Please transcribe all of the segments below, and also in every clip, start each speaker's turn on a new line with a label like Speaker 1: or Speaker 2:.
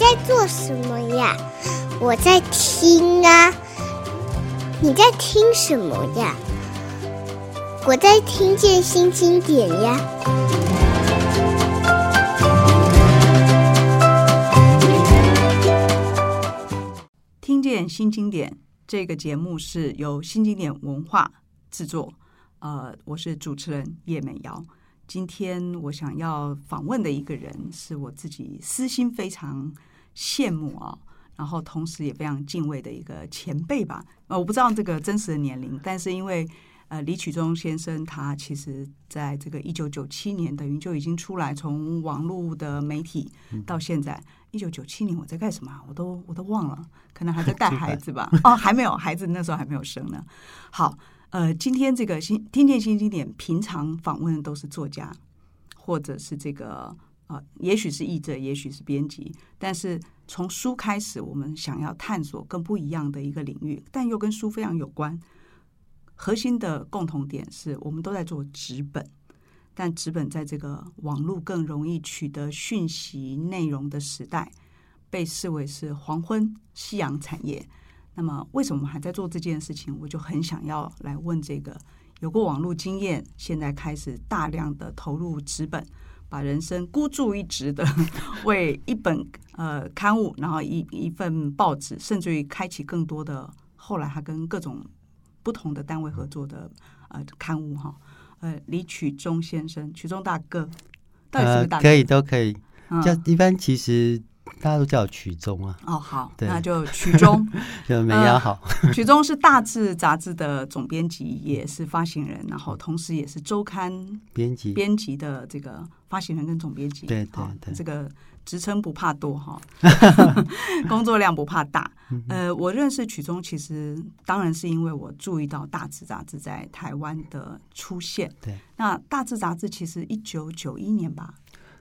Speaker 1: 在做什么呀？我在听啊。你在听什么呀？我在听见新经典呀。
Speaker 2: 听见新经典这个节目是由新经典文化制作，呃，我是主持人叶美瑶。今天我想要访问的一个人，是我自己私心非常羡慕啊、然后同时也非常敬畏的一个前辈吧。呃，我不知道这个真实的年龄，但是因为呃李曲中先生他其实在这个一九九七年等于就已经出来，从网络的媒体到现在。一九九七年我在干什么啊？我都我都忘了，可能还在带孩子吧。哦，还没有孩子，那时候还没有生呢。好，呃，今天这个新听见新经典，平常访问的都是作家，或者是这个呃，也许是译者，也许是编辑，但是从书开始，我们想要探索更不一样的一个领域，但又跟书非常有关。核心的共同点是我们都在做纸本，但纸本在这个网络更容易取得讯息内容的时代，被视为是黄昏夕阳产业。那么，为什么我们还在做这件事情？我就很想要来问这个有过网络经验，现在开始大量的投入纸本，把人生孤注一掷的 为一本呃刊物，然后一一份报纸，甚至于开启更多的后来他跟各种不同的单位合作的呃刊物哈。呃，李曲中先生，曲中大哥，到底是不是大哥？
Speaker 3: 呃可以都可以，
Speaker 2: 嗯
Speaker 3: 叫一般其实大家都叫我曲 中啊，
Speaker 2: 哦，好，
Speaker 3: 对
Speaker 2: 那就曲中，
Speaker 3: 就美牙好，
Speaker 2: 曲中是大致杂志的总编辑，也是发行人，然后同时也是周刊
Speaker 3: 编辑
Speaker 2: 编辑的这个发行人跟总编辑，
Speaker 3: 对对
Speaker 2: 好
Speaker 3: 对
Speaker 2: 这个职称不怕多 哈，工作量不怕大。
Speaker 3: 嗯
Speaker 2: 呃，我认识曲中，其实当然是因为我注意到《大志》杂志在台湾的出现。
Speaker 3: 对，
Speaker 2: 那《大志》杂志其实一九九一年吧，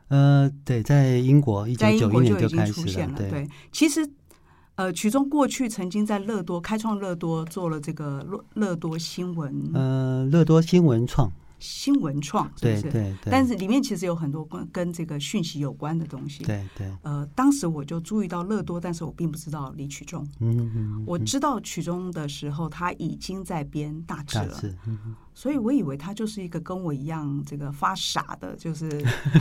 Speaker 3: 呃，对，在英国一
Speaker 2: 在英
Speaker 3: 九九一
Speaker 2: 国
Speaker 3: 年
Speaker 2: 就已经
Speaker 3: 开
Speaker 2: 出
Speaker 3: 始
Speaker 2: 现了。
Speaker 3: 对，
Speaker 2: 对，其实呃，曲中过去曾经在乐多开创乐多做了这个乐乐多新闻、
Speaker 3: 呃，乐多新闻创，
Speaker 2: 新闻创，是不
Speaker 3: 对
Speaker 2: 是？
Speaker 3: 对对，
Speaker 2: 但是里面其实有很多跟跟这个讯息有关的东西。
Speaker 3: 对对，
Speaker 2: 呃，当时我就注意到乐多，但是我并不知道李曲中。
Speaker 3: 嗯嗯，
Speaker 2: 我知道曲中的时候，他已经在编大致
Speaker 3: 大
Speaker 2: 了，
Speaker 3: 致，嗯嗯
Speaker 2: 所以我以为他就是一个跟我一样这个发傻的，就是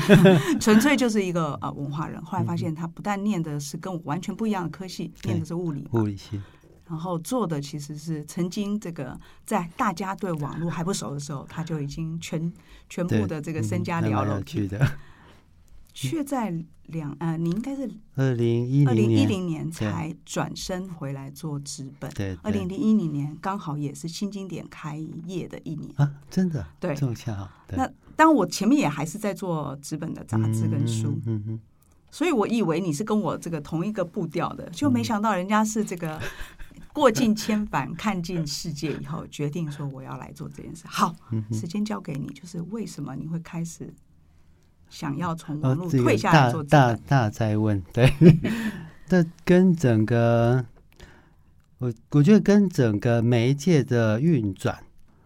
Speaker 2: 纯粹就是一个呃文化人。后来发
Speaker 3: 嗯
Speaker 2: 现他不但念的是跟我完全不一样的科系，
Speaker 3: 对
Speaker 2: 念的是物理嘛，
Speaker 3: 物理系，
Speaker 2: 然后做的其实是曾经这个在大家对网络还不熟的时候，他就已经全全
Speaker 3: 对
Speaker 2: 部的这个
Speaker 3: 嗯
Speaker 2: 身家
Speaker 3: 还
Speaker 2: 了
Speaker 3: 蛮
Speaker 2: 了
Speaker 3: 有
Speaker 2: 去，
Speaker 3: 趣的。
Speaker 2: 却在两呃，你应该是
Speaker 3: 二零一
Speaker 2: 二零
Speaker 3: 零
Speaker 2: 一
Speaker 3: 年，
Speaker 2: 零年
Speaker 3: 对
Speaker 2: 才转身回来做纸本。
Speaker 3: 对
Speaker 2: 二零
Speaker 3: 对
Speaker 2: 零一零年刚好也是新经典开业的一年。
Speaker 3: 啊，真的，
Speaker 2: 对
Speaker 3: 这么恰好，对
Speaker 2: 那当然，我前面也还是在做纸本的杂志跟书，，
Speaker 3: 嗯嗯嗯嗯，
Speaker 2: 所以我以为你是跟我这个同一个步调的，就没想到人家是这 个过尽千帆、看尽世界以后，决定说我要来做这件事。好，
Speaker 3: 嗯
Speaker 2: 时间交给你，就是为什么你会开始想要从网
Speaker 3: 哦
Speaker 2: 络，
Speaker 3: 这
Speaker 2: 退
Speaker 3: 个
Speaker 2: 下来
Speaker 3: 大
Speaker 2: 做纸
Speaker 3: 大
Speaker 2: 本？
Speaker 3: 大在问， 对，这跟整个我我觉得跟整个媒介的运转，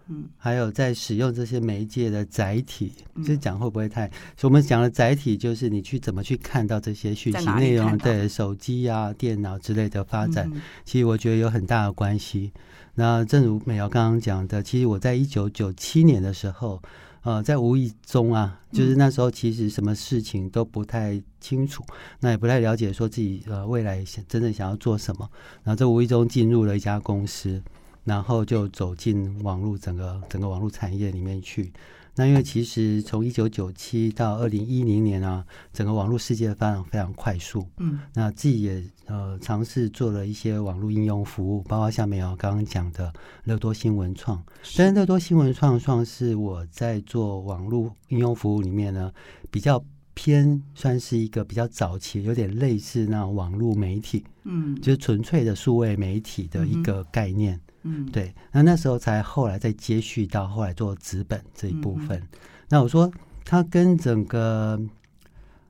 Speaker 2: 嗯，
Speaker 3: 还有在使用这些媒介的载体，
Speaker 2: 嗯
Speaker 3: 这讲会不会太？所以我们讲的载体就是你去怎么去看到这些讯
Speaker 2: 在
Speaker 3: 息
Speaker 2: 哪里
Speaker 3: 内容，
Speaker 2: 看到
Speaker 3: 对手机啊、电脑之类的发展。
Speaker 2: 嗯
Speaker 3: 其实我觉得有很大的关系。那正如美瑶刚刚讲的，其实我在一九九七年的时候，呃，在无意中啊，就是那时候其实什么事情都不太清楚，那也不太了解说自己呃未来想真正想要做什么，然后在无意中进入了一家公司，然后就走进网络整个整个网络产业里面去。那因为其实从一九九七到二零一零年啊，整个网络世界发展非常快速，
Speaker 2: 嗯
Speaker 3: 那自己也呃尝试做了一些网络应用服务，包括像美瑶刚刚讲的乐多新闻创。
Speaker 2: 嗯
Speaker 3: 虽然乐多新闻创创是我在做网络应用服务里面呢比较偏，算是一个比较早期，有点类似那种网络媒体，
Speaker 2: 嗯
Speaker 3: 就是纯粹的数位媒体的一个概念。
Speaker 2: 嗯，
Speaker 3: 对，那那时候才后来再接续到后来做纸本这一部
Speaker 2: 嗯嗯
Speaker 3: 分。那我说它跟整个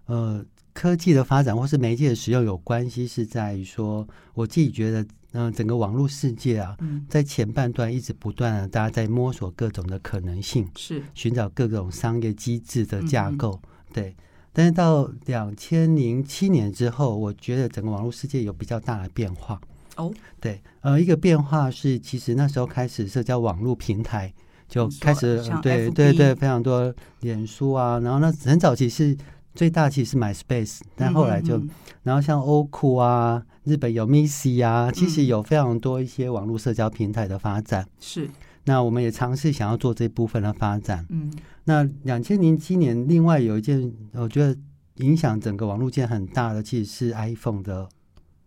Speaker 3: 呃科技的发展或是媒介的使用有关系，是在于说我自己觉得，嗯、整个网络世界啊，
Speaker 2: 嗯
Speaker 3: 在前半段一直不断的大家在摸索各种的可能性，
Speaker 2: 是嗯
Speaker 3: 寻找各种商业机制的架构。对，但是到两千零七年之后，我觉得整个网络世界有比较大的变化。
Speaker 2: 哦，
Speaker 3: 对，呃，一个变化是，其实那时候开始社交网络平台就
Speaker 2: 你说
Speaker 3: 开始，
Speaker 2: 像
Speaker 3: 对
Speaker 2: FB
Speaker 3: 对对，非常多脸书啊，然后那很早期是最大期是 MySpace，但后来就，
Speaker 2: 嗯嗯
Speaker 3: 然后像欧酷啊，日本有 Missy 啊，其实
Speaker 2: 嗯
Speaker 3: 有非常多一些网络社交平台的发展。
Speaker 2: 是，
Speaker 3: 那我们也尝试想要做这部分的发展。
Speaker 2: 嗯，
Speaker 3: 那两千零七年，另外有一件我觉得影响整个网络界很大的，其实是 iPhone 的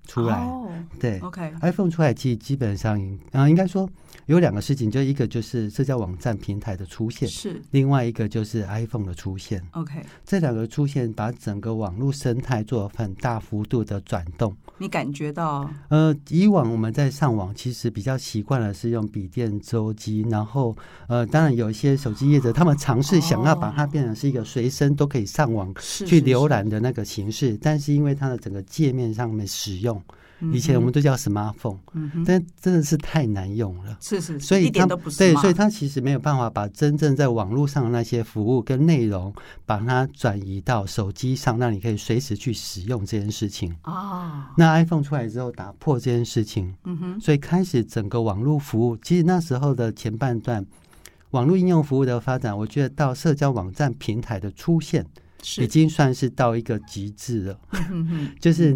Speaker 3: 出来。
Speaker 2: 哦
Speaker 3: 对、
Speaker 2: ，OK，
Speaker 3: i p h o n e 出来其实基本上，啊、应该说有两个事情，就一个就是社交网站平台的出现，
Speaker 2: 是
Speaker 3: 另外一个就是 iPhone 的出现。
Speaker 2: OK，
Speaker 3: 这两个出现，把整个网络生态做很大幅度的转动。
Speaker 2: 你感觉到
Speaker 3: 呃，以往我们在上网，其实比较习惯的是用笔电、周机，然后呃，当然有一些手机业者，他们尝试想要把它变成是一个随身都可以上网
Speaker 2: 是
Speaker 3: 去浏览的那个形式，但是因为它的整个界面上面使用，以前我们，都叫 smartphone，、
Speaker 2: 嗯哼嗯哼
Speaker 3: 但真的是太难用了。
Speaker 2: 是是，是
Speaker 3: 所以
Speaker 2: 一点
Speaker 3: 他
Speaker 2: 都不是
Speaker 3: 对，
Speaker 2: 嘛
Speaker 3: 所以他其实没有办法把真正在网络上的那些服务跟内容，把它转移到手机上，让你可以随时去使用这件事情。
Speaker 2: 啊，
Speaker 3: 那 iPhone 出来之后，打破这件事情，
Speaker 2: 嗯哼，
Speaker 3: 所以开始整个网络服务，其实那时候的前半段，网络应用服务的发展，我觉得到社交网站平台的出现，
Speaker 2: 是
Speaker 3: 已经算是到一个极致了。
Speaker 2: 嗯哼哼
Speaker 3: 就是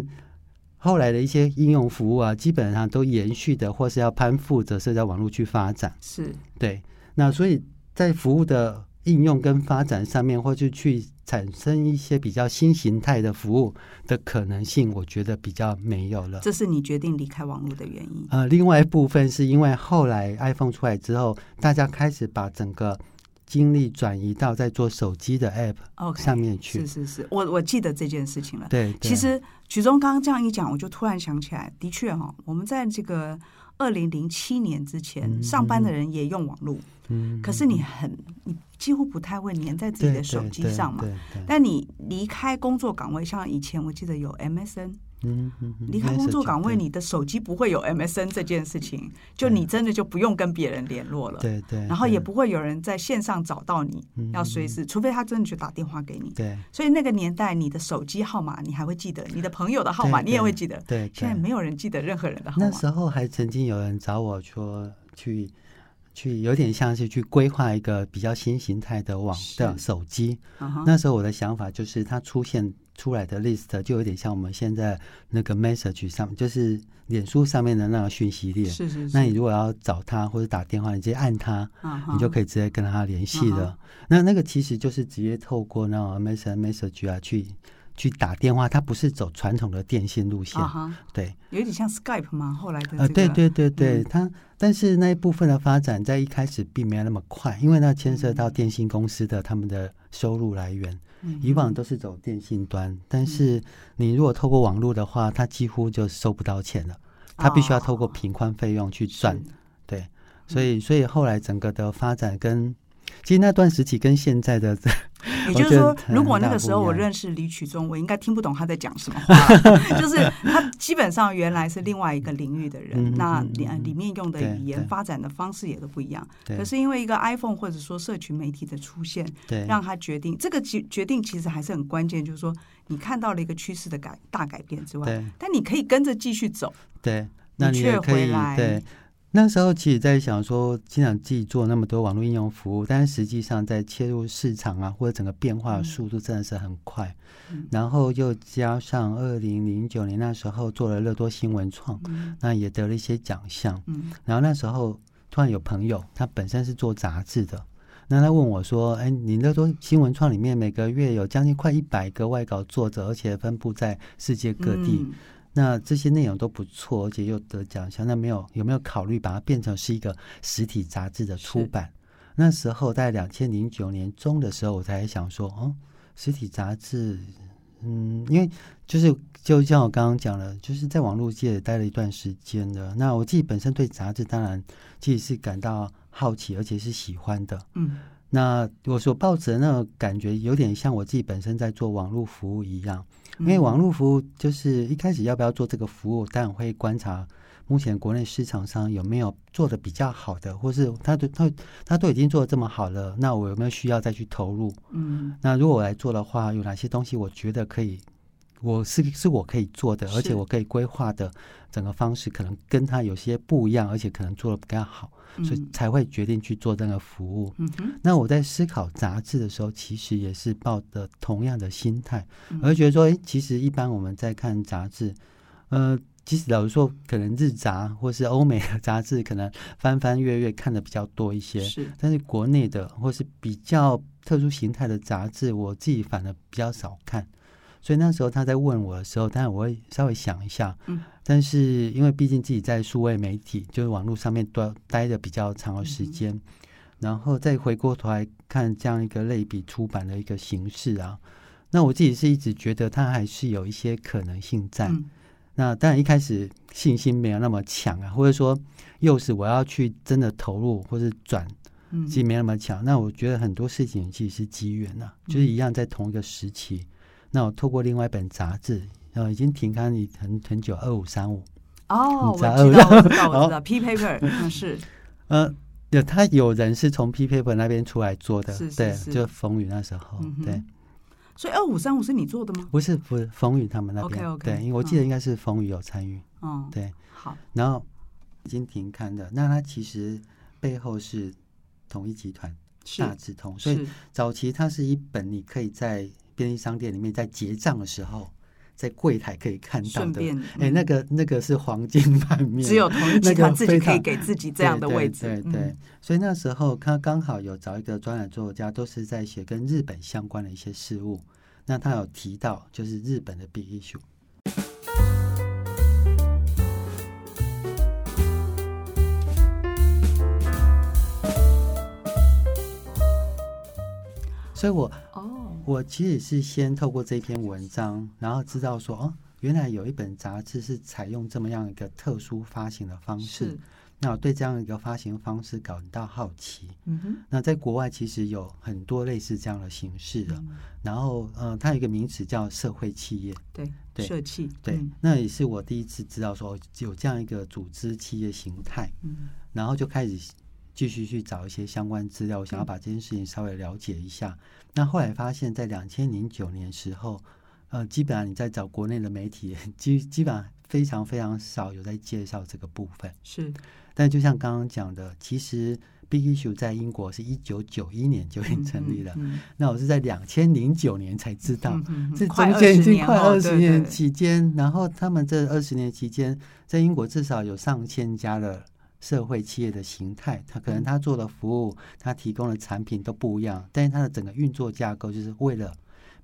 Speaker 3: 后来的一些应用服务啊，基本上都延续的或是要攀附着社交网络去发展。
Speaker 2: 是
Speaker 3: 对，那所以在服务的应用跟发展上面，或是去产生一些比较新形态的服务的可能性，我觉得比较没有了。
Speaker 2: 这是你决定离开网络的原因。
Speaker 3: 呃，另外一部分是因为后来 iPhone 出来之后，大家开始把整个精力转移到在做手机的 App
Speaker 2: OK，
Speaker 3: 上面呃去
Speaker 2: 是。是是，我我记得这件事情了。
Speaker 3: 对，对
Speaker 2: 其实曲中刚刚这样一讲，我就突然想起来，的确哈、哦，我们在这个二零零七年之前、
Speaker 3: 嗯
Speaker 2: 上班的人也用网络，
Speaker 3: 嗯
Speaker 2: 可是你很你几乎不太会粘在自己的手机上嘛。
Speaker 3: 对对对对
Speaker 2: 但你离开工作岗位，像以前我记得有 MSN，
Speaker 3: 嗯嗯嗯
Speaker 2: 离开工作岗位，
Speaker 3: 对
Speaker 2: 你的手机不会有 MSN 这件事情，就
Speaker 3: 对
Speaker 2: 你真的就不用跟别人联络了，
Speaker 3: 对对，
Speaker 2: 然后
Speaker 3: 对
Speaker 2: 也不会有人在线上找到你，
Speaker 3: 嗯
Speaker 2: 要随时，除非他真的去打电话给你。
Speaker 3: 对
Speaker 2: 所以那个年代，你的手机号码你还会记得，你的朋友的号码
Speaker 3: 对
Speaker 2: 你也会记得。
Speaker 3: 对。
Speaker 2: 现在
Speaker 3: 对
Speaker 2: 没有人记得任何人的号
Speaker 3: 那
Speaker 2: 码，
Speaker 3: 时候还曾经有人找我说去去，有点像是去规划一个比较新形态的网的
Speaker 2: 是
Speaker 3: 手机。
Speaker 2: 嗯哼
Speaker 3: 那时候我的想法就是，它出现出来的 list 就有点像我们现在那个 message 上，就是脸书上面的那个讯息列。
Speaker 2: 是是是，嗯
Speaker 3: 那你如果要找他或者打电话，你直接按他，你就
Speaker 2: 以
Speaker 3: 可以直接跟他联系
Speaker 2: 嗯
Speaker 3: 了。那那个其实就是直接透过那种 message message 啊去去打电话，它不是走传统的电信路线。
Speaker 2: 啊哈，
Speaker 3: 对，
Speaker 2: 有点像 Skype 嘛，后来的这
Speaker 3: 呃，
Speaker 2: 个
Speaker 3: 对对对对，
Speaker 2: 嗯
Speaker 3: 它但是那一部分的发展在一开始并没有那么快，因为那牵涉到电信公司的他们的收入来源，
Speaker 2: 嗯
Speaker 3: 以往都是走电信端，但是你如果透过网络的话，它几乎就收不到钱了，它必须要透过频宽费用去赚
Speaker 2: 哦是嗯
Speaker 3: 对，所以所以后来整个的发展跟其实那段时期跟现在的
Speaker 2: 也
Speaker 3: 我
Speaker 2: 就是
Speaker 3: 觉
Speaker 2: 说
Speaker 3: 得，
Speaker 2: 如果
Speaker 3: 很
Speaker 2: 那
Speaker 3: 大
Speaker 2: 个
Speaker 3: 不
Speaker 2: 时
Speaker 3: 一
Speaker 2: 候我
Speaker 3: 样
Speaker 2: 认识李曲中，我应该听不懂他在讲什么话， 就是他基本上原来是另外一个领域的人，
Speaker 3: 嗯
Speaker 2: 那
Speaker 3: 嗯
Speaker 2: 里呃
Speaker 3: 嗯嗯
Speaker 2: 里面用的
Speaker 3: 对
Speaker 2: 语言
Speaker 3: 对
Speaker 2: 发展的方式也都不一样。
Speaker 3: 对
Speaker 2: 可是因为一个 iPhone 或者说社群媒体的出现，
Speaker 3: 对
Speaker 2: 让他决定这个决决定其实还是很关键，就是说你看到了一个趋势的改大改变之外，
Speaker 3: 对
Speaker 2: 但你可以跟着继续走。
Speaker 3: 对，那
Speaker 2: 你
Speaker 3: 你
Speaker 2: 却
Speaker 3: 也可
Speaker 2: 回
Speaker 3: 以
Speaker 2: 来
Speaker 3: 对。那时候其实在想说，经常自己做那么多网络应用服务，但是实际上在切入市场啊，或者整个变化的速度真的是很快。
Speaker 2: 嗯
Speaker 3: 然后又加上二零零九年那时候做了乐多新闻创，
Speaker 2: 嗯
Speaker 3: 那也得了一些奖项。
Speaker 2: 嗯
Speaker 3: 然后那时候突然有朋友，他本身是做杂志的，那他问我说：“哎，你乐多新闻创里面每个月有将近快一百个外稿作者，而且分布在世界各地，
Speaker 2: 嗯
Speaker 3: 那这些内容都不错，而且又得奖项，那没有有没有考虑把它变成是一个实体杂志的出版？”那时候在两千零九年中的时候，我才想说，哦，实体杂志，嗯，因为就是就像我刚刚讲了，就是在网络界待了一段时间的。那我自己本身对杂志当然自己是感到好奇，而且是喜欢的。
Speaker 2: 嗯
Speaker 3: 那我所抱持的那个感觉，有点像我自己本身在做网络服务一样，因为
Speaker 2: 嗯
Speaker 3: 网络服务就是一开始要不要做这个服务，但我会观察目前国内市场上有没有做的比较好的，或是他都他他都已经做的这么好了，那我有没有需要再去投入？
Speaker 2: 嗯
Speaker 3: 那如果我来做的话，有哪些东西我觉得可以，我是是我可以做的，而
Speaker 2: 是
Speaker 3: 且我可以规划的整个方式可能跟他有些不一样，而且可能做的比较好，所以
Speaker 2: 嗯
Speaker 3: 才会决定去做这个服务。
Speaker 2: 嗯哼，
Speaker 3: 那我在思考杂志的时候，其实也是抱着同样的心态，
Speaker 2: 嗯
Speaker 3: 我就觉得说，诶，其实一般我们在看杂志，呃，即使老实说，可能日杂或是欧美的杂志，可能翻翻阅阅看的比较多一些，
Speaker 2: 是
Speaker 3: 但是国内的或是比较特殊形态的杂志，我自己反而比较少看。所以那时候他在问我的时候，当然我会稍微想一下，
Speaker 2: 嗯，
Speaker 3: 但是因为毕竟自己在数位媒体，就是网络上面待待的比较长的时间，
Speaker 2: 嗯
Speaker 3: 然后再回过头来看这样一个类比出版的一个形式啊，那我自己是一直觉得它还是有一些可能性在。
Speaker 2: 嗯
Speaker 3: 那当然一开始信心没有那么强啊，或者说诱使我要去真的投入或是转
Speaker 2: 嗯
Speaker 3: 其实没那么强。那我觉得很多事情其实是机缘呐、
Speaker 2: 嗯
Speaker 3: 就是一样在同一个时期。那我透过另外一本杂志，呃，已经停刊已很很久，二五三五，
Speaker 2: 哦，我
Speaker 3: 你
Speaker 2: 知
Speaker 3: 知道
Speaker 2: 道，我知道，我知
Speaker 3: 好
Speaker 2: 道，P paper 嗯是
Speaker 3: 呃，有他有人是从 P Paper 那边出来做的，
Speaker 2: 是是是
Speaker 3: 对，就风雨那时候，
Speaker 2: 嗯哼
Speaker 3: 对，
Speaker 2: 所以二五三五是你做的吗？
Speaker 3: 不是不是风雨他们那边
Speaker 2: OK，OK，
Speaker 3: 对，因为我记得应该是风雨有参与，
Speaker 2: 嗯，
Speaker 3: 对，
Speaker 2: 好，
Speaker 3: 然后已经停刊的，那它其实背后是同一集团
Speaker 2: 是
Speaker 3: 大致通，所以
Speaker 2: 是，
Speaker 3: 早期它是一本你可以在便利商店里面在结账的时候，在柜台可以看到
Speaker 2: 顺
Speaker 3: 的。
Speaker 2: 便
Speaker 3: 哎、
Speaker 2: 嗯
Speaker 3: 那个那个是黄金版面，
Speaker 2: 只有同一集
Speaker 3: 那
Speaker 2: 团
Speaker 3: 个
Speaker 2: 自己
Speaker 3: 非
Speaker 2: 可以
Speaker 3: 常
Speaker 2: 给自己这样的位置，
Speaker 3: 对对对对
Speaker 2: 嗯
Speaker 3: 所以那时候他刚好有找一个专栏作家，都是在写跟日本相关的一些事物。那他有提到就是日本的 B E issue。所以我
Speaker 2: 哦，
Speaker 3: 我其实是先透过这篇文章，然后知道说，哦，原来有一本杂志是采用这么样一个特殊发行的方式
Speaker 2: 是。，
Speaker 3: 那我对这样一个发行方式感到好奇。
Speaker 2: 嗯哼，
Speaker 3: 那在国外其实有很多类似这样的形式的，
Speaker 2: 嗯
Speaker 3: 然后呃，它有一个名词叫社会企业，
Speaker 2: 对，
Speaker 3: 对
Speaker 2: 社企，
Speaker 3: 对，
Speaker 2: 嗯
Speaker 3: 那也是我第一次知道说哦有这样一个组织企业形态，
Speaker 2: 嗯
Speaker 3: 然后就开始继续去找一些相关资料，我
Speaker 2: 嗯
Speaker 3: 想要把这件事情稍微了解一下。那后来发现，在两千零九年时候，呃，基本上你在找国内的媒体， 基基本上非常非常少有在介绍这个部分。
Speaker 2: 是，
Speaker 3: 但就像刚刚讲的，其实 Big Issue 在英国是一九九一年就已经成立了，
Speaker 2: 嗯，
Speaker 3: 那我是在两千零九年才知道。
Speaker 2: 这
Speaker 3: 这中间已经快二十年
Speaker 2: 期，
Speaker 3: 期间，然后他们这二十年期间，在英国至少有上千家的社会企业的形态，他可能
Speaker 2: 嗯
Speaker 3: 他做的服务，他提供的产品都不一样，但是它的整个运作架构就是为了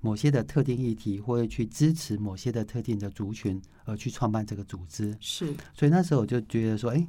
Speaker 3: 某些的特定议题，或者去支持某些的特定的族群而去创办这个组织。
Speaker 2: 是，
Speaker 3: 所以那时候我就觉得说，哎，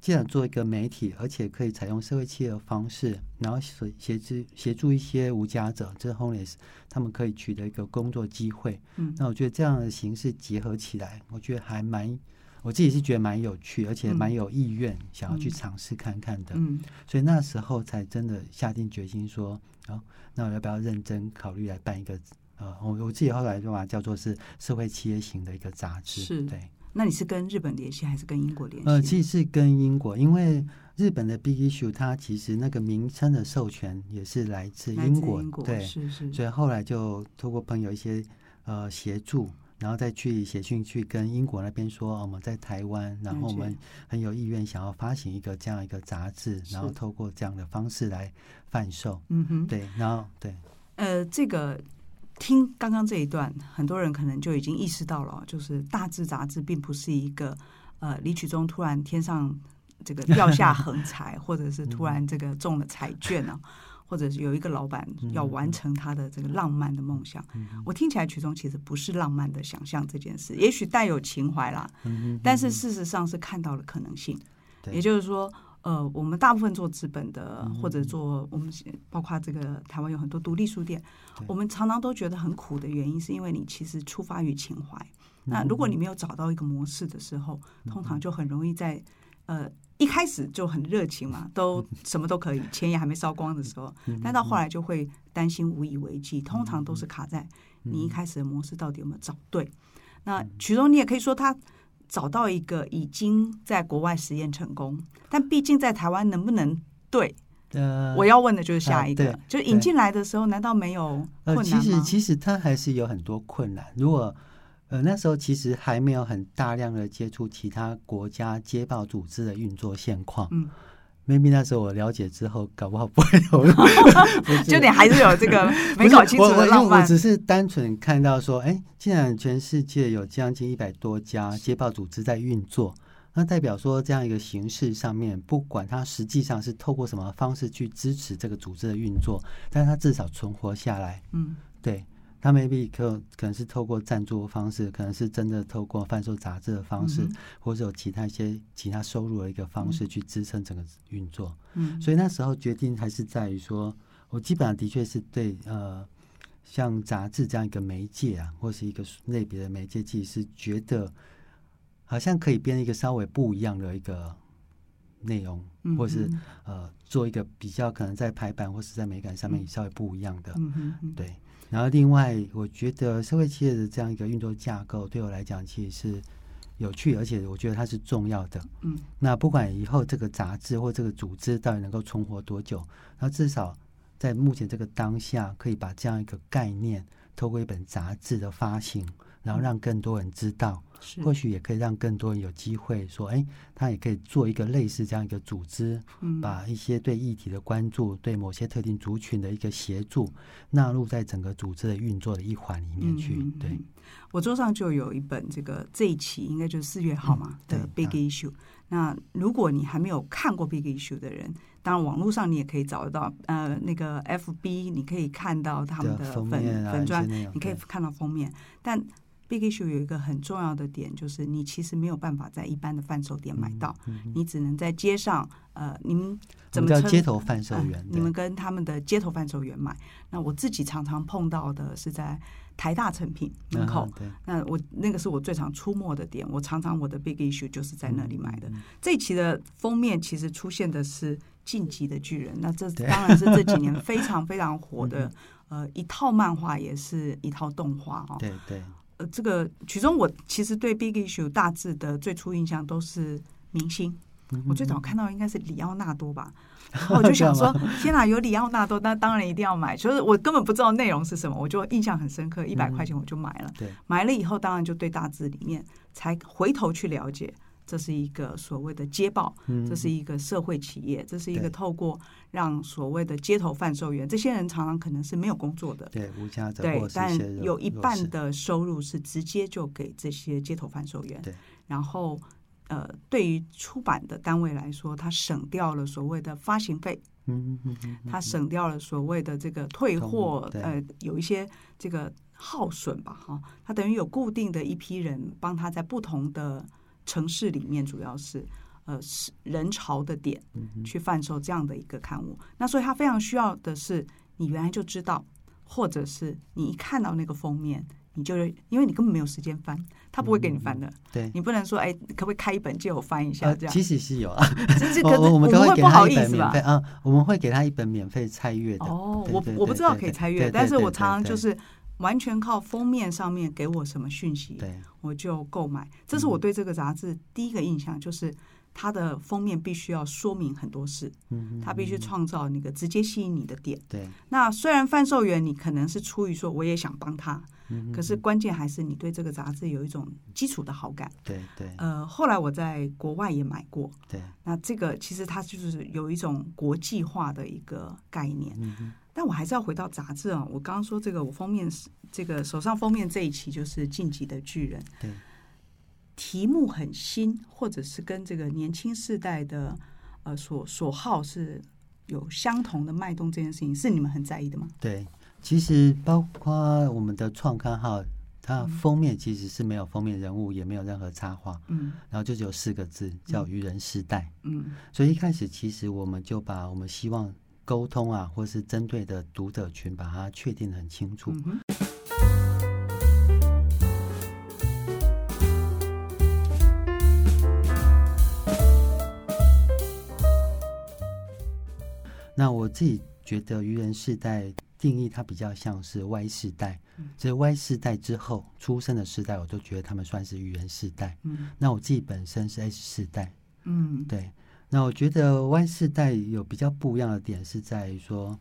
Speaker 3: 既然做一个媒体，而且可以采用社会企业的方式，然后协协助协助一些无家者，这 homeless，他们可以取得一个工作机会。
Speaker 2: 嗯
Speaker 3: 那我觉得这样的形式结合起来，我觉得还蛮，我自己是觉得蛮有趣，而且蛮有意愿、想要去
Speaker 2: 嗯
Speaker 3: 尝试看看的。
Speaker 2: 嗯，
Speaker 3: 所以那时候才真的下定决心说，哦，那我要不要认真考虑来办一个？呃，我我自己后来就把它叫做是社会企业型的一个杂志，
Speaker 2: 是
Speaker 3: 对。
Speaker 2: 那你是跟日本联系还是跟英国联系？
Speaker 3: 呃，其实是跟英国，因为日本的 Big Issue 它其实那个名称的授权也是来自
Speaker 2: 来
Speaker 3: 英
Speaker 2: 自
Speaker 3: 国，
Speaker 2: 英国，
Speaker 3: 对，
Speaker 2: 是是，
Speaker 3: 所以后来就透过朋友一些呃协助，然后再去写信去跟英国那边说，哦我们在台湾，然后
Speaker 2: 了
Speaker 3: 我
Speaker 2: 解
Speaker 3: 们很有意愿想要发行一个这样一个杂志，然后
Speaker 2: 是
Speaker 3: 透过这样的方式来贩售，
Speaker 2: 嗯哼，
Speaker 3: 对，然后对，
Speaker 2: 呃，这个听刚刚这一段，很多人可能就已经意识到了哦，就是大致杂志并不是一个呃李曲中突然天上这个掉下横财， 或者是突然这个中了彩券啊，或者是有一个老板要完成他的这个浪漫的梦想。我听起来曲中其实不是浪漫的想象这件事，也许带有情怀啦，
Speaker 3: 嗯
Speaker 2: 但是事实上是看到了可能性。
Speaker 3: 对嗯
Speaker 2: 也就是说，呃，我们大部分做资本的，或者做我们呃包括这个台湾有很多独立书店
Speaker 3: 对，
Speaker 2: 我们常常都觉得很苦的原因，是因为你其实出
Speaker 3: 嗯
Speaker 2: 发于情怀。那如果你没有找到一个模式的时候，通常就很容易在呃一开始就很热情 嘛，都什么都可以，钱也还没烧光的时候，
Speaker 3: 嗯
Speaker 2: 但到后来就会担心无以为继，通常都是卡在你一开始的模式到底有没有找对。
Speaker 3: 嗯
Speaker 2: 那其中你也可以说他找到一个已经在国外实验成功，但毕竟在台湾能不能对？
Speaker 3: 呃，
Speaker 2: 我要问的就是下一个，
Speaker 3: 啊
Speaker 2: 就
Speaker 3: 对
Speaker 2: 是引进来的时候，难道没有困
Speaker 3: 呃，
Speaker 2: 难
Speaker 3: 其
Speaker 2: 吗？
Speaker 3: 实其实他还是有很多困难。如果呃那时候其实还没有很大量的接触其他国家街报组织的运作现况。
Speaker 2: 嗯
Speaker 3: ，maybe 那时候我了解之后，搞不好不会有。 不是
Speaker 2: 就你还是有这个没
Speaker 3: 不是
Speaker 2: 搞清楚
Speaker 3: 我我
Speaker 2: 的
Speaker 3: 因
Speaker 2: 浪
Speaker 3: 为我
Speaker 2: 漫。
Speaker 3: 只是单纯看到说，哎，竟然全世界有将近一百多家街报组织在运作，那代表说这样一个形式上面，不管它实际上是透过什么方式去支持这个组织的运作，但它至少存活下来。
Speaker 2: 嗯，
Speaker 3: 对，它 maybe 可可能是透过赞助方式，可能是真的透过贩售杂志的方式，
Speaker 2: 嗯哼
Speaker 3: 或者有其他一些其他收入的一个方式去支撑整个运作。
Speaker 2: 嗯
Speaker 3: 所以那时候决定还是在于说，我基本上的确是对呃，像杂志这样一个媒介啊，或是一个类别的媒介，其实是觉得好像可以编一个稍微不一样的一个内容，
Speaker 2: 嗯
Speaker 3: 或是
Speaker 2: 嗯
Speaker 3: 呃做一个比较可能在排版或是在美感上面稍微不一样的，
Speaker 2: 嗯哼嗯
Speaker 3: 对。然后另外，我觉得社会企业的这样一个运作架构对我来讲其实是有趣，而且我觉得它是重要的。
Speaker 2: 嗯，
Speaker 3: 那不管以后这个杂志或这个组织到底能够存活多久，那至少在目前这个当下，可以把这样一个概念透过一本杂志的发行，
Speaker 2: 嗯
Speaker 3: 然后让更多人知道，
Speaker 2: 是
Speaker 3: 或许也可以让更多人有机会说，哎，他也可以做一个类似这样一个组织，
Speaker 2: 嗯
Speaker 3: 把一些对议题的关注、对某些特定族群的一个协助，
Speaker 2: 嗯
Speaker 3: 纳入在整个组织的运作的一环里面去。
Speaker 2: 嗯嗯嗯
Speaker 3: 对，
Speaker 2: 我桌上就有一本这个这一期应该就是四月号嘛、
Speaker 3: 嗯
Speaker 2: 的
Speaker 3: 对
Speaker 2: Big Issue。那如果你还没有看过 Big Issue 的人，当然网络上你也可以找得到，呃，那个 FB 你可以看到嗯他们
Speaker 3: 对啊
Speaker 2: 的
Speaker 3: 封
Speaker 2: 粉
Speaker 3: 面啊
Speaker 2: 粉
Speaker 3: 一
Speaker 2: 砖
Speaker 3: 些内容，
Speaker 2: 你可以
Speaker 3: 对
Speaker 2: 看到封面。但 Big Issue 有一个很重要的点，就是你其实没有办法在一般的贩售店买到，你只能在街上，呃，你们
Speaker 3: 嗯我
Speaker 2: 怎
Speaker 3: 们
Speaker 2: 么
Speaker 3: 叫
Speaker 2: 称
Speaker 3: 街头贩售
Speaker 2: 嗯
Speaker 3: 员？
Speaker 2: 你
Speaker 3: 对
Speaker 2: 们跟他们的街头贩售员买。那我自己常常碰到的是在台大成品门口哦
Speaker 3: 啊， 对
Speaker 2: 那我那个是我最常出没的点，我常常我的 big issue 就是在那里买
Speaker 3: 嗯
Speaker 2: 的。这一期的封面其实出现的是《晋级的巨人》，那这
Speaker 3: 对嗯
Speaker 2: 当然是这几年非常非常火 的，呃，一套漫画也是一套动画哦。
Speaker 3: 对对，
Speaker 2: 呃，这个其中我其实对 big issue 大致的最初印象都是明星。
Speaker 3: 嗯
Speaker 2: 我最早看到应该是里奥纳多吧， 然后我就想说
Speaker 3: 这，
Speaker 2: 天哪，有里奥纳多，那当然一定要买。就是我根本不知道内容是什么，我就印象很深刻，一百
Speaker 3: 嗯
Speaker 2: 块钱我就买了。
Speaker 3: 对，
Speaker 2: 买了以后，当然就对大致里面才回头去了解，这是一个所谓的街报，
Speaker 3: 嗯
Speaker 2: 这是一个社会企业，这是一个
Speaker 3: 对
Speaker 2: 透过让所谓的街头贩售员，这些人常常可能是没有工作的，
Speaker 3: 对无家者
Speaker 2: 对
Speaker 3: 或，是一
Speaker 2: 但
Speaker 3: 些弱
Speaker 2: 有一
Speaker 3: 弱
Speaker 2: 半
Speaker 3: 势
Speaker 2: 的收入是直接就给这些街头贩售员
Speaker 3: 对。
Speaker 2: 然后，呃，对于出版的单位来说，它省掉了所谓的发行费，
Speaker 3: 嗯嗯嗯嗯
Speaker 2: 它省掉了所谓的这个退货
Speaker 3: 通，对
Speaker 2: 呃，有一些这个耗损吧，哈、它等于有固定的一批人帮他在不同的城市里面，主要是呃是人潮的点
Speaker 3: 嗯
Speaker 2: 去贩售这样的一个刊物。那所以它非常需要的是，你原来就知道，或者是你一看到那个封面。你就是因为你根本没有时间翻，他不会给你翻的。
Speaker 3: 对。
Speaker 2: 你不能说，哎，可不可以开一本借我翻一下？
Speaker 3: 呃
Speaker 2: 这样，
Speaker 3: 其实是有啊，
Speaker 2: 这这可是
Speaker 3: 我 我
Speaker 2: 我们
Speaker 3: 们都
Speaker 2: 会
Speaker 3: 给
Speaker 2: 不好
Speaker 3: 他一
Speaker 2: 意
Speaker 3: 本
Speaker 2: 思
Speaker 3: 免
Speaker 2: 吧
Speaker 3: 费？啊，我们会给他一本免费拆阅的。
Speaker 2: 哦，
Speaker 3: 对
Speaker 2: 我
Speaker 3: 对
Speaker 2: 我
Speaker 3: 对
Speaker 2: 不知道
Speaker 3: 对
Speaker 2: 可以
Speaker 3: 对
Speaker 2: 拆
Speaker 3: 对
Speaker 2: 阅，
Speaker 3: 对
Speaker 2: 但是
Speaker 3: 对
Speaker 2: 我
Speaker 3: 对
Speaker 2: 常常
Speaker 3: 对
Speaker 2: 就是完全靠封面上面给我什么讯息，
Speaker 3: 对嗯
Speaker 2: 我就购买。这是我对这个杂志第一个印象，就是它的封面必须要说明很多事，
Speaker 3: 嗯
Speaker 2: 它必须创造那个直接吸引你的点。
Speaker 3: 对
Speaker 2: 那虽然贩售员你可能是出于说我也想帮他，
Speaker 3: 嗯
Speaker 2: 可是关键还是你对这个杂志有一种基础的好感。
Speaker 3: 对对
Speaker 2: 呃，后来我在国外也买过，
Speaker 3: 对，
Speaker 2: 那这个其实它就是有一种国际化的一个概念。
Speaker 3: 嗯
Speaker 2: 但我还是要回到杂志啊，我刚刚说这个，我封面是这个手上封面这一期就是《晋级的巨人》，
Speaker 3: 对，
Speaker 2: 题目很新，或者是跟这个年轻世代的呃所所好是有相同的脉动，这件事情是你们很在意的吗？
Speaker 3: 对，其实包括我们的创刊号，它封面其实是没有封面人物，也没有任何插画，
Speaker 2: 嗯
Speaker 3: 然后就只有四个字叫“愚人时代”。
Speaker 2: 嗯
Speaker 3: 所以一开始其实我们就把我们希望沟通啊，或是针对的读者群，把它确定得很清楚。
Speaker 2: 嗯哼
Speaker 3: 那我自己觉得愚人世代定义它比较像是 Y 世代，这 Y 世代之后出生的世代，我都觉得他们算是愚人世代。
Speaker 2: 嗯
Speaker 3: 那我自己本身是 S 世代，
Speaker 2: 嗯
Speaker 3: 对，那我觉得 Y 世代有比较不一样的点是在于说，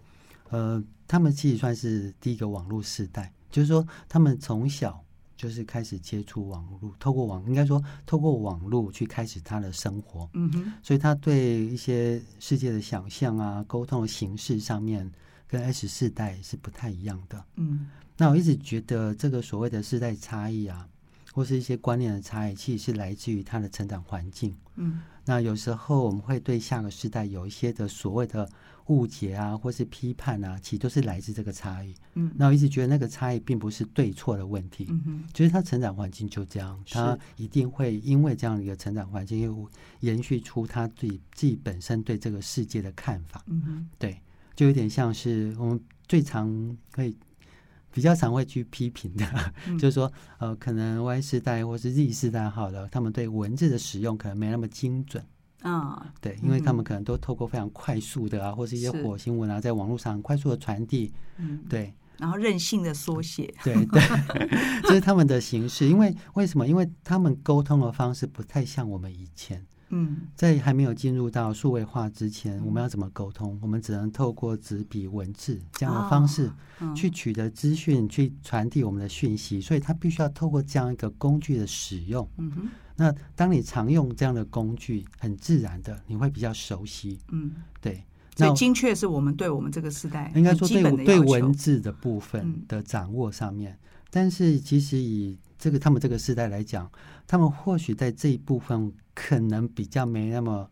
Speaker 3: 呃，他们其实算是第一个网络世代，就是说他们从小就是开始接触网络，透过网应该说透过网络去开始他的生活，
Speaker 2: 嗯哼
Speaker 3: 所以他对一些世界的想象啊、沟通的形式上面跟 S 世代是不太一样的。
Speaker 2: 嗯
Speaker 3: 那我一直觉得这个所谓的世代差异啊，或是一些观念的差异，其实是来自于他的成长环境。
Speaker 2: 嗯
Speaker 3: 那有时候我们会对下个世代有一些的所谓的误解啊，或是批判啊，其实都是来自这个差异。
Speaker 2: 嗯
Speaker 3: 那我一直觉得那个差异并不是对错的问题，
Speaker 2: 嗯哼
Speaker 3: 就是他成长环境就这样，
Speaker 2: 是
Speaker 3: 他一定会因为这样的一个成长环境，又延续出他自己自己本身对这个世界的看法。
Speaker 2: 嗯哼
Speaker 3: 对，就有点像是我们最常会比较常会去批评的，
Speaker 2: 嗯
Speaker 3: 就是说，呃，可能 Y 世代或是 Z 世代好了，他们对文字的使用可能没那么精准。
Speaker 2: 啊
Speaker 3: 对，因为他
Speaker 2: 嗯
Speaker 3: 们可能都透过非常快速的啊，或是一些
Speaker 2: 是
Speaker 3: 火星文啊，在网络上很快速的传递。
Speaker 2: 嗯
Speaker 3: 对，
Speaker 2: 然后任性的缩写
Speaker 3: 对， 对，这是他们的形式。因为为什么？因为他们沟通的方式不太像我们以前，
Speaker 2: 嗯
Speaker 3: 在还没有进入到数位化之前，我们
Speaker 2: 嗯
Speaker 3: 要怎么沟通？我们只能透过纸笔文字这样的方式
Speaker 2: 嗯
Speaker 3: 去取得资讯，去传递我们的讯息。所以，他必须要透过这样一个工具的使用。
Speaker 2: 嗯哼
Speaker 3: 那当你常用这样的工具，很自然的，你会比较熟悉。
Speaker 2: 嗯，
Speaker 3: 对，
Speaker 2: 所
Speaker 3: 那
Speaker 2: 以
Speaker 3: 我
Speaker 2: 精确是我们对我们这个时代
Speaker 3: 应该
Speaker 2: 很
Speaker 3: 说
Speaker 2: 基
Speaker 3: 对
Speaker 2: 本
Speaker 3: 我
Speaker 2: 的
Speaker 3: 对
Speaker 2: 要求
Speaker 3: 文字的部分
Speaker 2: 嗯
Speaker 3: 的掌握上面，但是其实以这个他们这个时代来讲，他们或许在这一部分可能比较没那么，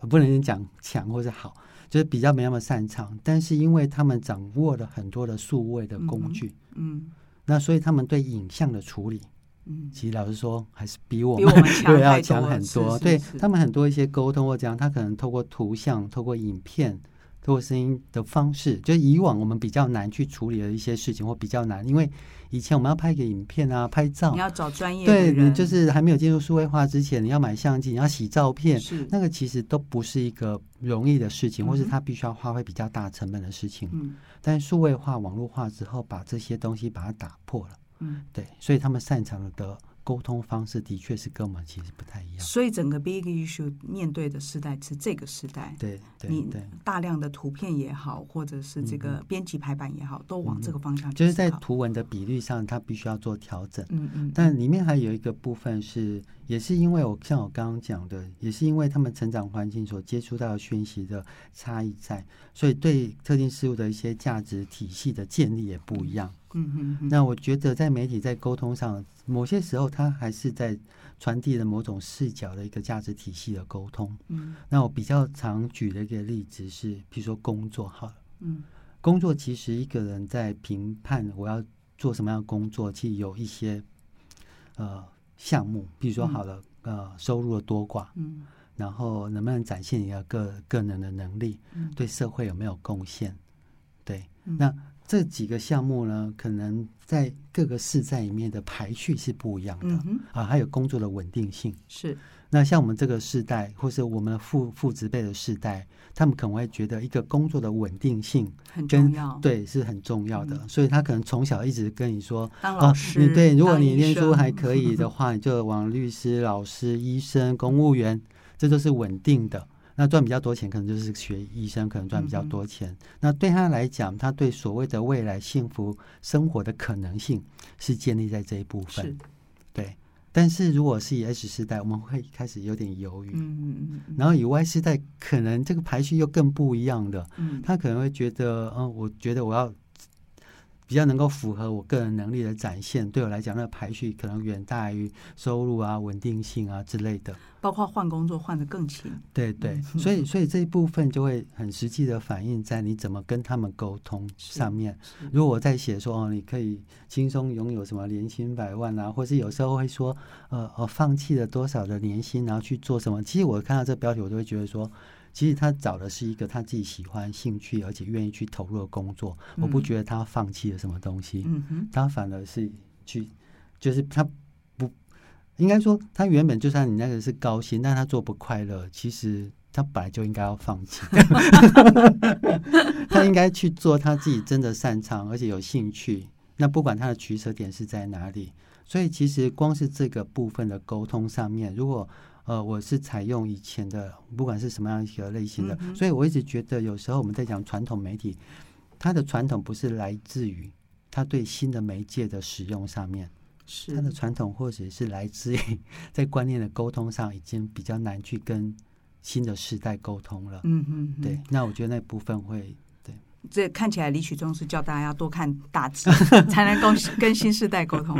Speaker 3: 呃不能讲强或是好，就是比较没那么擅长。但是因为他们掌握了很多的数位的
Speaker 2: 嗯
Speaker 3: 工
Speaker 2: 哼
Speaker 3: 具，
Speaker 2: 嗯
Speaker 3: 那所以他们对影像的处理，
Speaker 2: 嗯
Speaker 3: 其实老实说还是比我
Speaker 2: 比
Speaker 3: 们
Speaker 2: 我们强
Speaker 3: 对要
Speaker 2: 太
Speaker 3: 强
Speaker 2: 多了
Speaker 3: 很
Speaker 2: 是
Speaker 3: 多。
Speaker 2: 是
Speaker 3: 对
Speaker 2: 是
Speaker 3: 他们很多一些沟通或这样，他可能透过图像、透过影片、透过声音的方式，就以往我们比较难去处理的一些事情，或比较难，因为以前我们要拍个影片啊、拍照
Speaker 2: 你，要找专业的
Speaker 3: 对
Speaker 2: 人
Speaker 3: 你就是还没有进入数位化之前，你要买相机，你要洗照片。
Speaker 2: 是
Speaker 3: 那个其实都不是一个容易的事情，或是
Speaker 2: 嗯哼
Speaker 3: 它必须要花费比较大成本的事情。
Speaker 2: 嗯
Speaker 3: 但数位化、网络化之后，把这些东西把它打破了。
Speaker 2: 嗯，
Speaker 3: 对，所以他们擅长的沟通方式的确是跟我们其实不太一样。
Speaker 2: 所以整个 big issue 面对的时代是这个时代，
Speaker 3: 对对
Speaker 2: 你
Speaker 3: 对，嗯
Speaker 2: 大量的图片也好，或者是这个编辑排版也好，都往这个方向去
Speaker 3: 就是在
Speaker 2: 思考
Speaker 3: 图文的比率上，它必须要做调整。
Speaker 2: 嗯嗯，
Speaker 3: 但里面还有一个部分是，也是因为我像我刚刚讲的，也是因为他们成长环境所接触到的讯息的差异在，所以对特定事物的一些价值体系的建立也不一样。
Speaker 2: 嗯嗯嗯，
Speaker 3: 那我觉得在媒体在沟通上，某些时候它还是在传递了某种视角的一个价值体系的沟通。
Speaker 2: 嗯
Speaker 3: 那我比较常举的一个例子是，比如说工作好了，
Speaker 2: 嗯
Speaker 3: 工作其实一个人在评判我要做什么样的工作，其实有一些呃项目，比如说
Speaker 2: 嗯
Speaker 3: 好了，呃，收入的多寡，
Speaker 2: 嗯
Speaker 3: 然后能不能展现你的个个人的能力，
Speaker 2: 嗯
Speaker 3: 对社会有没有贡献，对，
Speaker 2: 嗯
Speaker 3: 那这几个项目呢，可能在各个世代里面的排序是不一样的、
Speaker 2: 嗯哼，
Speaker 3: 啊，还有工作的稳定性。
Speaker 2: 是
Speaker 3: 那像我们这个世代，或是我们的父父职辈的世代，他们可能会觉得一个工作的稳定性
Speaker 2: 很重
Speaker 3: 跟
Speaker 2: 要。，
Speaker 3: 对是很重要的，所以他可能从小一直跟你说
Speaker 2: 当
Speaker 3: 啊
Speaker 2: 嗯老，师，
Speaker 3: 你对，如果
Speaker 2: 当
Speaker 3: 你
Speaker 2: 医
Speaker 3: 念书
Speaker 2: 生
Speaker 3: 还可以 的话，你就往律师、老师、医生、公务员，这都是稳定的。那赚比较多钱，可能就是学医生，可能赚比较
Speaker 2: 嗯哼
Speaker 3: 多钱。那对他来讲，他对所谓的未来幸福生活的可能性是建立在这一部分
Speaker 2: 是。
Speaker 3: 对，但是如果是以 H 世代，我们会开始有点犹豫。
Speaker 2: 嗯嗯嗯
Speaker 3: 然后以 Y 世代，可能这个排序又更不一样了。
Speaker 2: 嗯
Speaker 3: 他可能会觉得，嗯，我觉得我要比较能够符合我个人能力的展现，对我来讲，那个排序可能远大于收入啊、稳定性啊之类的。
Speaker 2: 包括换工作换的更勤，
Speaker 3: 对对，
Speaker 2: 嗯
Speaker 3: 所以所以这一部分就会很实际的反映在你怎么跟他们沟通
Speaker 2: 是
Speaker 3: 上面。
Speaker 2: 是
Speaker 3: 如果我在写说哦，你可以轻松拥有什么年薪百万啊，或是有时候会说，呃，哦，放弃了多少的年薪，然后去做什么？其实我看到这标题，我都会觉得说，其实他找的是一个他自己喜欢、兴趣，而且愿意去投入的工作。我不
Speaker 2: 嗯
Speaker 3: 觉得他放弃了什么东西，
Speaker 2: 嗯哼，
Speaker 3: 他反而是去，就是他不应该说他原本就算你那个是高薪，但他做不快乐，其实他本来就应该要放弃，他应该去做他自己真的擅长而且有兴趣。那不管他的取舍点是在哪里，所以其实光是这个部分的沟通上面，如果呃我是采用以前的，不管是什么样一个类型的，所以我一直觉得有时候我们在讲传统媒体，它的传统不是来自于它对新的媒介的使用上面。
Speaker 2: 是
Speaker 3: 它的传统或许是来自于 在观念的沟通上已经比较难去跟新的世代沟通了。
Speaker 2: 嗯嗯，嗯
Speaker 3: 对，，那我觉得那部分会
Speaker 2: 这看起来李曲中是叫大家要多看大字，才能够跟新世代沟通。